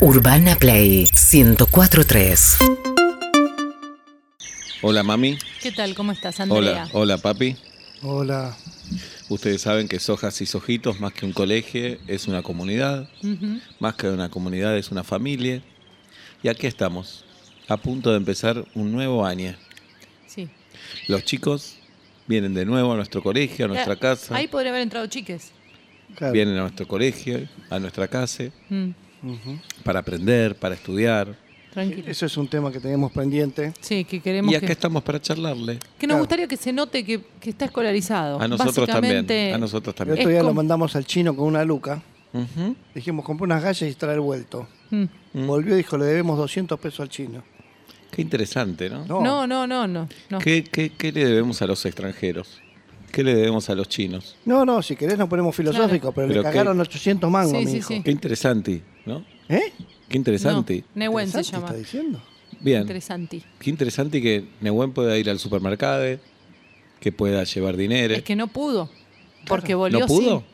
Urbana Play 1043. Hola mami, ¿Qué tal? ¿Cómo estás, Andrea? hola, hola papi. Hola. Ustedes saben que Sojas y Sojitos, más que un colegio, es una comunidad, Ujú. más que una comunidad es una familia. Y aquí estamos, a punto de empezar un nuevo año. Sí. Los chicos vienen de nuevo a nuestro colegio, a nuestra Ah, casa, Ahí podría haber entrado chiques. Claro. vienen a nuestro colegio, a nuestra casa, Mm, Ujú. para aprender, para estudiar. tranquilo. Eso es un tema que tenemos pendiente. Sí, que queremos Y que, acá estamos para charlarle. que nos Claro. gustaría que se note que, que está escolarizado. A nosotros Básicamente, también. A nosotros El también. otro Es día lo como- mandamos al chino con una luca. Ujú. Dijimos, compré unas gallas y traer vuelto. mm. Mm. Volvió y dijo, le debemos 200 pesos al chino. Qué interesante, ¿no? No, No, no, no, no. no. ¿Qué, qué, qué le debemos a los extranjeros? ¿Qué le debemos a los chinos? no, no, si querés nos ponemos filosóficos, pero, Pero le cagaron qué- 800 mangos, Sí, mi sí, hijo. sí. Qué interesante, ¿no? ¿Eh? Qué interesante. No, Nehuen se Interesante llama. está diciendo? Bien. Interesante. Qué interesante que Nehuen pueda ir al supermercado, que pueda llevar dinero. Es que no pudo. Porque volvió ¿No pudo?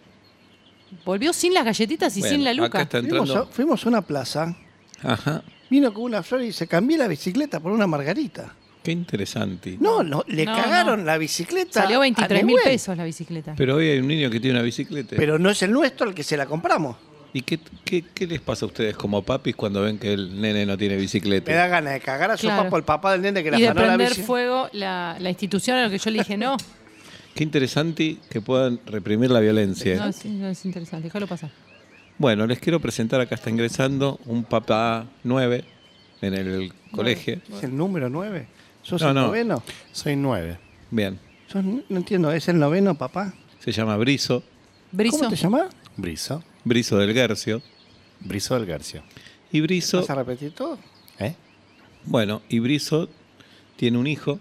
sin. Volvió sin las galletitas y Bueno, sin la Acá luca. está Fuimos a, entrando. fuimos a una plaza, Ajá. vino con una flor y se cambió la bicicleta por una margarita. Qué interesante. No, lo- le No, cagaron no. la bicicleta. Salió a 23 mil Nehuen, pesos la bicicleta. Pero hoy hay un niño que tiene una bicicleta. Pero no es el nuestro el que se la compramos. ¿Y qué, qué, qué les pasa a ustedes como papis cuando ven que el nene no tiene bicicleta? Me da ganas de cagar a su Claro. papá, el papá del nene que la y de ganó la prender bici. fuego la, la institución a lo que yo le dije no. Qué interesante que puedan reprimir la violencia. No, es, no es interesante. Déjalo pasar. Bueno, les quiero presentar, acá está ingresando un papá 9 en el colegio. ¿Es el número 9? ¿Sos No, el no. noveno? Soy nueve. Bien, ¿Sos- no entiendo, ¿es el noveno, papá? se llama Brizo, Brizo. ¿Cómo te llamás? Brizo. Brizo del Guercio. Brizo del Garcio. Y Brizo, ¿Vas a repetir todo? ¿Eh? bueno, y Brizo tiene un hijo.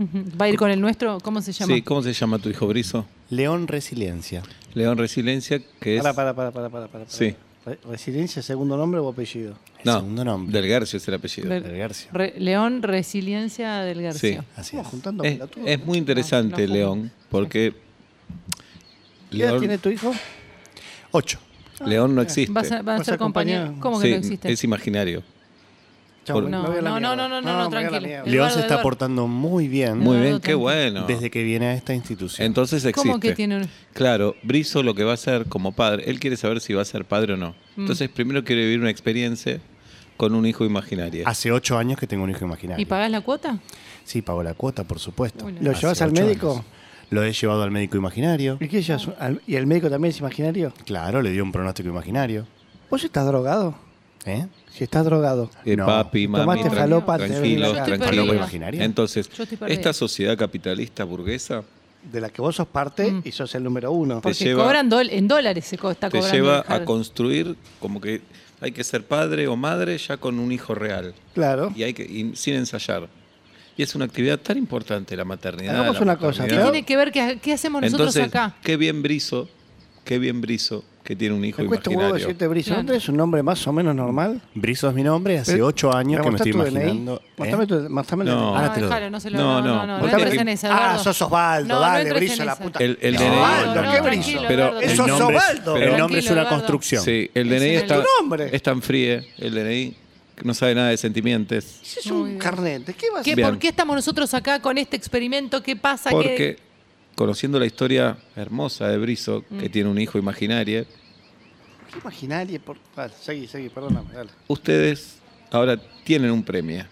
Ujú. ¿Va a ir con el nuestro? ¿Cómo se llama? Sí, ¿cómo se llama tu hijo Brizo? León Resiliencia. León Resiliencia, que es... Para, para, para, para, para, para. Sí. Re- ¿Residencia, segundo nombre o apellido? El No, segundo nombre. del Guercio es el apellido. Del- Del Garcio. Re- León Resiliencia del Garcio. Así Estamos es. juntando Es, pelotudos. es muy interesante, No, no, León, porque ¿Qué edad León, tiene tu hijo? Ocho. León no existe. ¿Vas a, van a ¿Vas ser a acompañar? compañeros? ¿Cómo que Sí, no existe? es imaginario. Chau, Por- me No, voy a la no, mierda. no, no, no, no, me voy a la tranquilo. mierda. León se Eduardo, está Eduardo. portando muy bien Muy No, bien, no, qué tranquilo. bueno. desde que viene a esta institución. Entonces existe. ¿Cómo que tiene un- Claro, Brizo lo que va a ser como padre, él quiere saber si va a ser padre o no. Mm. Entonces primero quiere vivir una experiencia con un hijo imaginario. Ah, Hace ocho años que tengo un hijo imaginario. ¿Y pagás la cuota? Sí, pago la cuota, por supuesto. Hola. ¿Lo Hace llevas al ocho médico? años. Lo he llevado al médico imaginario. ¿Y qué ella es un- al- ¿Y el médico también es imaginario? Claro, le dio un pronóstico imaginario. ¿Vos estás drogado? ¿eh Si estás drogado. Eh, No. papi, mami, Tomaste tran- falopa antes de venir tranquilo, acá. Yo estoy tranquilo. perdida. Imaginario. Entonces, Yo estoy perdida. esta sociedad capitalista burguesa De la que vos sos parte Mm. y sos el número uno. Te Porque lleva- cobran dol- en dólares se co- está te cobrando. lleva el jardín. a construir como que hay que ser padre o madre ya con un hijo real Claro. y hay que y sin ensayar. Y es una actividad tan importante la maternidad. Hagamos la una cosa, ¿Qué paternidad. ¿no? tiene que ver? ¿Qué, qué hacemos nosotros Entonces, acá? qué bien Brizo, qué bien Brizo que tiene un hijo Me cuesta un huevo imaginario. decirte, Brice, ¿no Claro. tenés un nombre más o menos normal? Brizo es mi nombre, hace Pero- ocho años Pero que me estoy mostrá tu DNI. imaginando. ¿eh? Mostrame tu- mostrame el No. DNI. No, ahora te lo déjalo, doy. no se lo ah, No, no, no, no, no, vos no tenés entres que- en esa, Ah, Eduardo. sos Osvaldo, No, no dale, entres Brizo, en la esa. puta. El, el No, DNI. Osvaldo, no, qué no, Brizo. tranquilo, Pero- Eso el es nombre es- Osvaldo. Pero- el nombre es Tranquilo, una Eduardo. construcción. Sí, el Es DNI en el está, nombre. es tan fríe, el DNI, que no sabe nada de sentimientos. Ese es un carnet. ¿De qué vas ¿Qué- a Bien. ¿Por qué estamos nosotros acá con este experimento? ¿Qué pasa? ¿Qué- Porque, conociendo la historia hermosa de Brizo, Mm. que tiene un hijo imaginario, ¿Qué imaginaria? Por... Vale, seguí, seguí, perdóname, dale. ustedes ahora tienen un premio.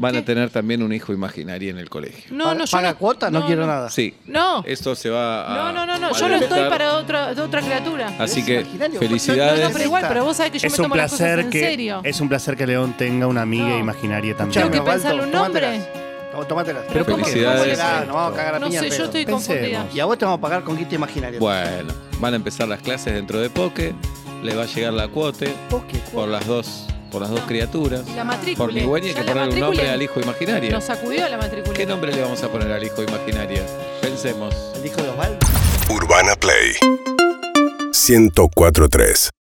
Van a ¿Qué? tener también un hijo imaginario en el colegio. No, Paga- no, yo paga no- cuota, no, quiero nada. Sí. No. Esto se va a. No, no, no, no. a Yo no estoy debutar. para otra, de otra criatura. Así Es que, imaginario, felicidades. No, no, pero igual, pero vos sabés que yo me Es un tomo las cosas placer en que serio. es un placer que León tenga una amiga No. imaginaria Tengo también. que Escuchame, pensarle un nombre. tomatelas. No, tomatelas. Pero ¿cómo- Felicidades. cómo le- Nos vamos a cagar a No piña, sé, yo pero- estoy Pensemos. confundida. Y a vos te vamos a pagar con guita imaginaria. Bueno, van a empezar las clases dentro de poque. Le va a llegar la cuota Poque, por las dos, por las dos criaturas. La matrícula. Por mi güey hay Ya que la ponerle un matrícula nombre al hijo imaginario. Nos sacudió la matrícula. ¿Qué nombre le vamos a poner al hijo imaginario? Pensemos. El hijo de Osvaldo. Urbana Play 1043